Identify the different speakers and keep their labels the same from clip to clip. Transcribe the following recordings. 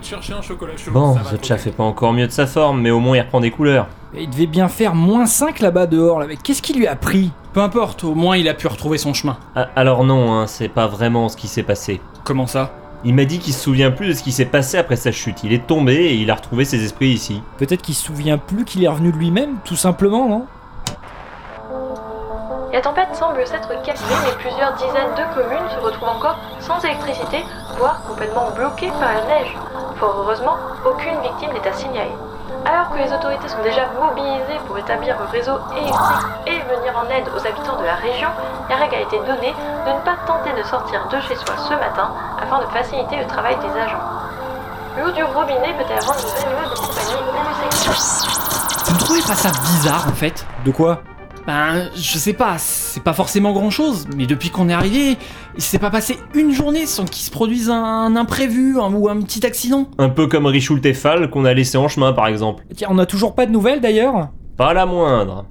Speaker 1: te chercher un chocolat chaud.
Speaker 2: Bon,
Speaker 1: ça va
Speaker 2: The
Speaker 1: trop
Speaker 2: Cha
Speaker 1: bien.
Speaker 2: fait pas encore mieux de sa forme, mais au moins il reprend des couleurs.
Speaker 3: Et il devait bien faire moins 5 là-bas dehors, là, mais qu'est-ce qui lui a pris
Speaker 4: Peu importe, au moins il a pu retrouver son chemin.
Speaker 2: A- alors non, hein, c'est pas vraiment ce qui s'est passé.
Speaker 4: Comment ça
Speaker 2: Il m'a dit qu'il se souvient plus de ce qui s'est passé après sa chute. Il est tombé et il a retrouvé ses esprits ici.
Speaker 3: Peut-être qu'il se souvient plus qu'il est revenu de lui-même, tout simplement, non
Speaker 5: La tempête semble s'être calmée, mais plusieurs dizaines de communes se retrouvent encore sans électricité, voire complètement bloquées par la neige. Fort heureusement, aucune victime n'est à signaler. Alors que les autorités sont déjà mobilisées pour établir un réseau électrique et venir en aide aux habitants de la région, la règle a été donnée de ne pas tenter de sortir de chez soi ce matin afin de faciliter le travail des agents. L'eau du robinet peut-elle rendre les animaux de compagnie homosexuels
Speaker 4: Vous ne trouvez pas ça bizarre en fait
Speaker 3: De quoi
Speaker 4: Ben, je sais pas, c'est pas forcément grand chose, mais depuis qu'on est arrivé, il s'est pas passé une journée sans qu'il se produise un imprévu un- ou un petit accident.
Speaker 2: Un peu comme Richoul Tefal qu'on a laissé en chemin par exemple.
Speaker 3: Tiens, on a toujours pas de nouvelles d'ailleurs
Speaker 2: Pas la moindre.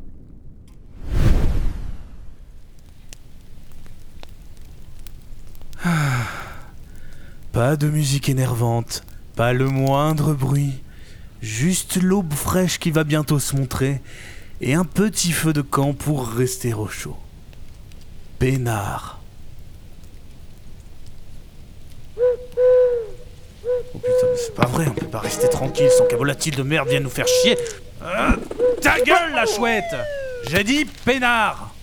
Speaker 6: Pas de musique énervante, pas le moindre bruit, juste l'aube fraîche qui va bientôt se montrer et un petit feu de camp pour rester au chaud. Pénard. Oh putain, mais c'est pas vrai, on peut pas rester tranquille sans qu'un volatile de merde vienne nous faire chier. Euh, ta gueule, la chouette J'ai dit pénard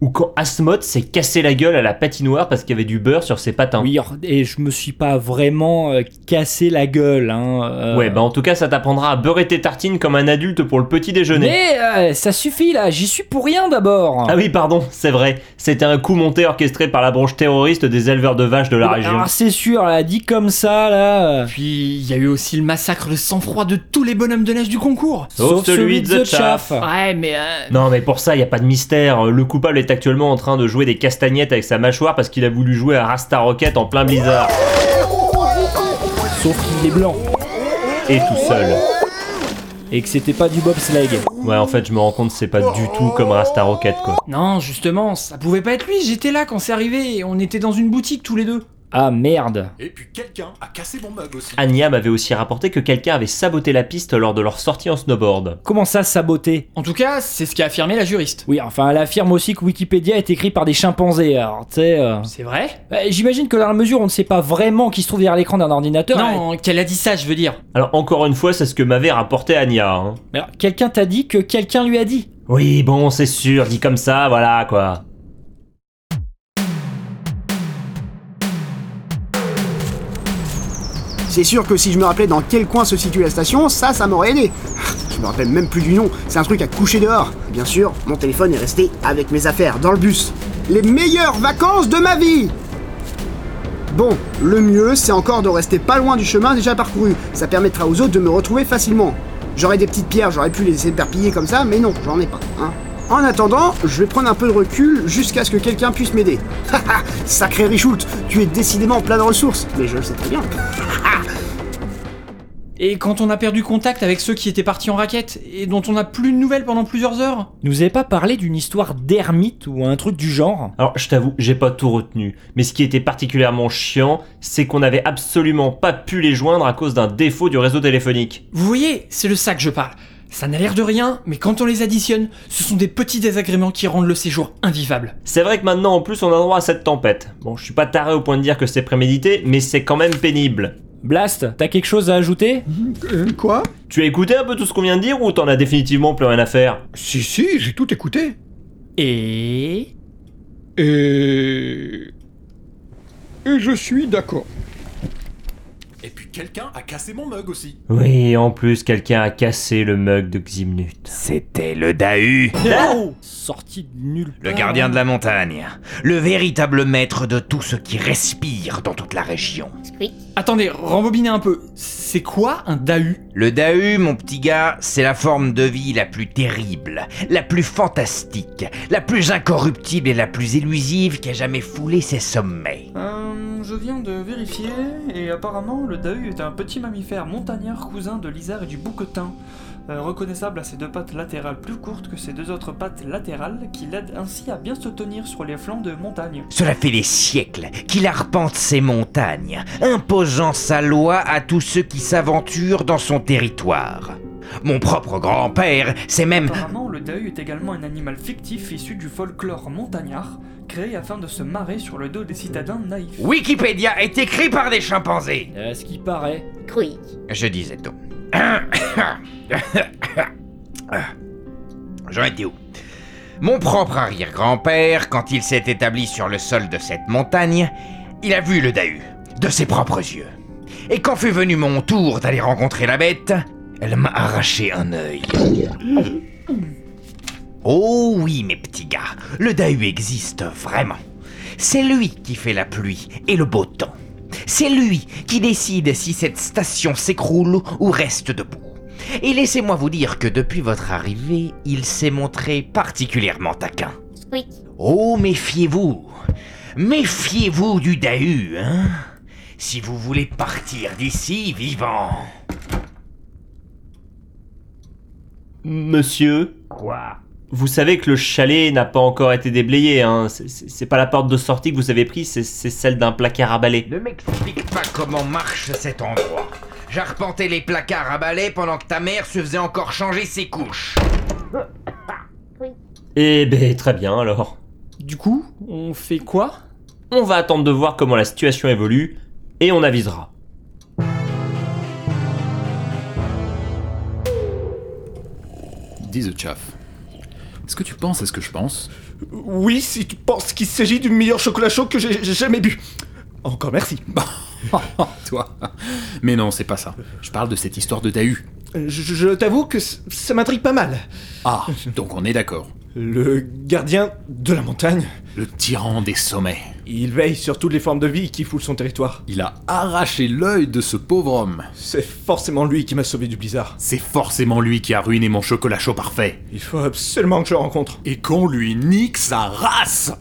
Speaker 2: Ou quand Asmod s'est cassé la gueule à la patinoire parce qu'il y avait du beurre sur ses patins.
Speaker 3: Oui, or- et je me suis pas vraiment euh, cassé la gueule, hein. euh.
Speaker 2: Ouais, bah en tout cas, ça t'apprendra à beurrer tes tartines comme un adulte pour le petit déjeuner.
Speaker 3: Mais euh, ça suffit là, j'y suis pour rien d'abord.
Speaker 2: Ah oui, pardon, c'est vrai. C'était un coup monté orchestré par la branche terroriste des éleveurs de vaches de la
Speaker 3: Ouais,
Speaker 2: région.
Speaker 3: alors, Ah, c'est sûr, là, dit comme ça là.
Speaker 4: Puis il y a eu aussi le massacre de sang-froid de tous les bonhommes de neige du concours.
Speaker 2: Sauf celui de The Chaff.
Speaker 4: Ouais, mais euh,
Speaker 2: Non, mais pour ça, y a pas de mystère. Le coupable est actuellement en train de jouer des castagnettes avec sa mâchoire parce qu'il a voulu jouer à Rasta Rocket en plein blizzard.
Speaker 3: Sauf qu'il est blanc
Speaker 2: Et tout seul.
Speaker 3: et que c'était pas du bobsleigh.
Speaker 2: Ouais, en fait, je me rends compte, c'est pas du tout comme Rasta Rocket, quoi.
Speaker 4: non, justement, ça pouvait pas être lui. J'étais là quand c'est arrivé. et On était dans une boutique tous les deux.
Speaker 3: Ah merde.
Speaker 1: Et puis quelqu'un a cassé mon mug aussi.
Speaker 2: Anya m'avait aussi rapporté que quelqu'un avait saboté la piste lors de leur sortie en snowboard.
Speaker 3: Comment ça saboter
Speaker 4: En tout cas, c'est ce qu'a affirmé la juriste.
Speaker 3: Oui, enfin, elle affirme aussi que Wikipédia est écrit par des chimpanzés. Alors, tu sais. euh.
Speaker 4: C'est vrai
Speaker 3: Euh, J'imagine que dans la mesure où on ne sait pas vraiment qui se trouve derrière l'écran d'un ordinateur.
Speaker 4: Non, qu'elle a dit ça, je veux dire.
Speaker 2: Alors, encore une fois, c'est ce que m'avait rapporté Anya. hein.
Speaker 3: Mais alors, quelqu'un t'a dit que quelqu'un lui a dit.
Speaker 2: Oui, bon, c'est sûr, dit comme ça, voilà, quoi.
Speaker 7: C'est sûr que si je me rappelais dans quel coin se situe la station, ça, ça m'aurait aidé. Je me rappelle même plus du nom, c'est un truc à coucher dehors. Bien sûr, mon téléphone est resté avec mes affaires dans le bus. Les meilleures vacances de ma vie Bon, le mieux, c'est encore de rester pas loin du chemin déjà parcouru. Ça permettra aux autres de me retrouver facilement. J'aurais des petites pierres, j'aurais pu les laisser perpiller comme ça, mais non, j'en ai pas. hein. En attendant, je vais prendre un peu de recul jusqu'à ce que quelqu'un puisse m'aider. Haha, sacré Richoult, tu es décidément plein de ressources, mais je le sais très bien.
Speaker 4: Et quand on a perdu contact avec ceux qui étaient partis en raquette et dont on n'a plus de nouvelles pendant plusieurs heures
Speaker 3: Nous avait pas parlé d'une histoire d'ermite ou un truc du genre
Speaker 2: Alors, je t'avoue, j'ai pas tout retenu, mais ce qui était particulièrement chiant, c'est qu'on n'avait absolument pas pu les joindre à cause d'un défaut du réseau téléphonique.
Speaker 4: Vous voyez, c'est le ça que je parle. Ça n'a l'air de rien, mais quand on les additionne, ce sont des petits désagréments qui rendent le séjour invivable.
Speaker 2: C'est vrai que maintenant, en plus, on a droit à cette tempête. Bon, je suis pas taré au point de dire que c'est prémédité, mais c'est quand même pénible.
Speaker 3: Blast, t'as quelque chose à ajouter
Speaker 8: quoi
Speaker 2: Tu as écouté un peu tout ce qu'on vient de dire ou t'en as définitivement plus rien à faire
Speaker 8: Si, si, j'ai tout écouté.
Speaker 4: Et...
Speaker 8: Et. Et je suis d'accord.
Speaker 1: Et puis quelqu'un a cassé mon mug aussi.
Speaker 2: Oui, en plus, quelqu'un a cassé le mug de Ximnut.
Speaker 9: C'était le Dahu,
Speaker 4: Oh
Speaker 3: Sorti de nulle
Speaker 9: le gardien de la montagne, le véritable maître de tout ce qui respire dans toute la région.
Speaker 4: Attendez, rembobinez un peu. C'est quoi un dahu
Speaker 9: Le Dahu, mon petit gars, c'est la forme de vie la plus terrible, la plus fantastique, la plus incorruptible et la plus élusive qui a jamais foulé ses sommets.
Speaker 10: Euh, je viens de vérifier et apparemment le dahu est un petit mammifère montagnard cousin de l'isard et du bouquetin, euh, reconnaissable à ses deux pattes latérales plus courtes que ses deux autres pattes latérales qui l'aident ainsi à bien se tenir sur les flancs de montagne.
Speaker 9: Cela fait des siècles qu'il arpente ces montagnes, impose imposant sa loi à tous ceux qui s'aventurent dans son territoire. Mon propre grand-père c'est même...
Speaker 4: Apparemment, le dahu est également un animal fictif issu du folklore montagnard, créé afin de se marrer sur le dos des citadins naïfs.
Speaker 9: Wikipédia est écrit par des chimpanzés
Speaker 11: Euh, ce qui paraît.
Speaker 12: Crouille.
Speaker 9: Je disais donc. J'en étais où Mon propre arrière-grand-père, quand il s'est établi sur le sol de cette montagne, il a vu le Dahu, de ses propres yeux. Et quand fut venu mon tour d'aller rencontrer la bête, elle m'a arraché un œil. Oh oui, mes petits gars, le Dahu existe vraiment. C'est lui qui fait la pluie et le beau temps. C'est lui qui décide si cette station s'écroule ou reste debout. Et laissez-moi vous dire que depuis votre arrivée, il s'est montré particulièrement taquin.
Speaker 12: Squeak.
Speaker 9: Oh, méfiez-vous Méfiez-vous du Dahu, hein Si vous voulez partir d'ici vivant
Speaker 2: Monsieur
Speaker 9: Quoi
Speaker 2: Vous savez que le chalet n'a pas encore été déblayé, hein. C'est- C'est c'est pas la porte de sortie que vous avez prise, c'est c'est celle d'un placard à balai.
Speaker 9: Ne m'explique pas comment marche cet endroit. J'arpentais les placards à balai pendant que ta mère se faisait encore changer ses couches.
Speaker 2: Eh ben, très bien alors.
Speaker 3: Du coup, on fait quoi
Speaker 2: On va attendre de voir comment la situation évolue et on avisera.
Speaker 1: Dis The Chaff. Est-ce que tu penses à ce que je pense
Speaker 7: Oui, si tu penses qu'il s'agit du meilleur chocolat chaud que j'ai j'ai jamais bu. Encore merci. Bah,
Speaker 1: Toi Mais non, c'est pas ça. Je parle de cette histoire de Dahu.
Speaker 7: Euh, Je, je- je t'avoue que c- ça m'intrigue pas mal.
Speaker 1: Ah, donc on est d'accord.
Speaker 7: Le gardien de la montagne,
Speaker 1: Le tyran des sommets.
Speaker 7: il veille sur toutes les formes de vie qui foulent son territoire.
Speaker 1: Il a arraché l'œil de ce pauvre homme.
Speaker 7: C'est forcément lui qui m'a sauvé du blizzard.
Speaker 1: C'est forcément lui qui a ruiné mon chocolat chaud parfait.
Speaker 7: Il faut absolument que je le rencontre.
Speaker 1: Et qu'on lui nique sa race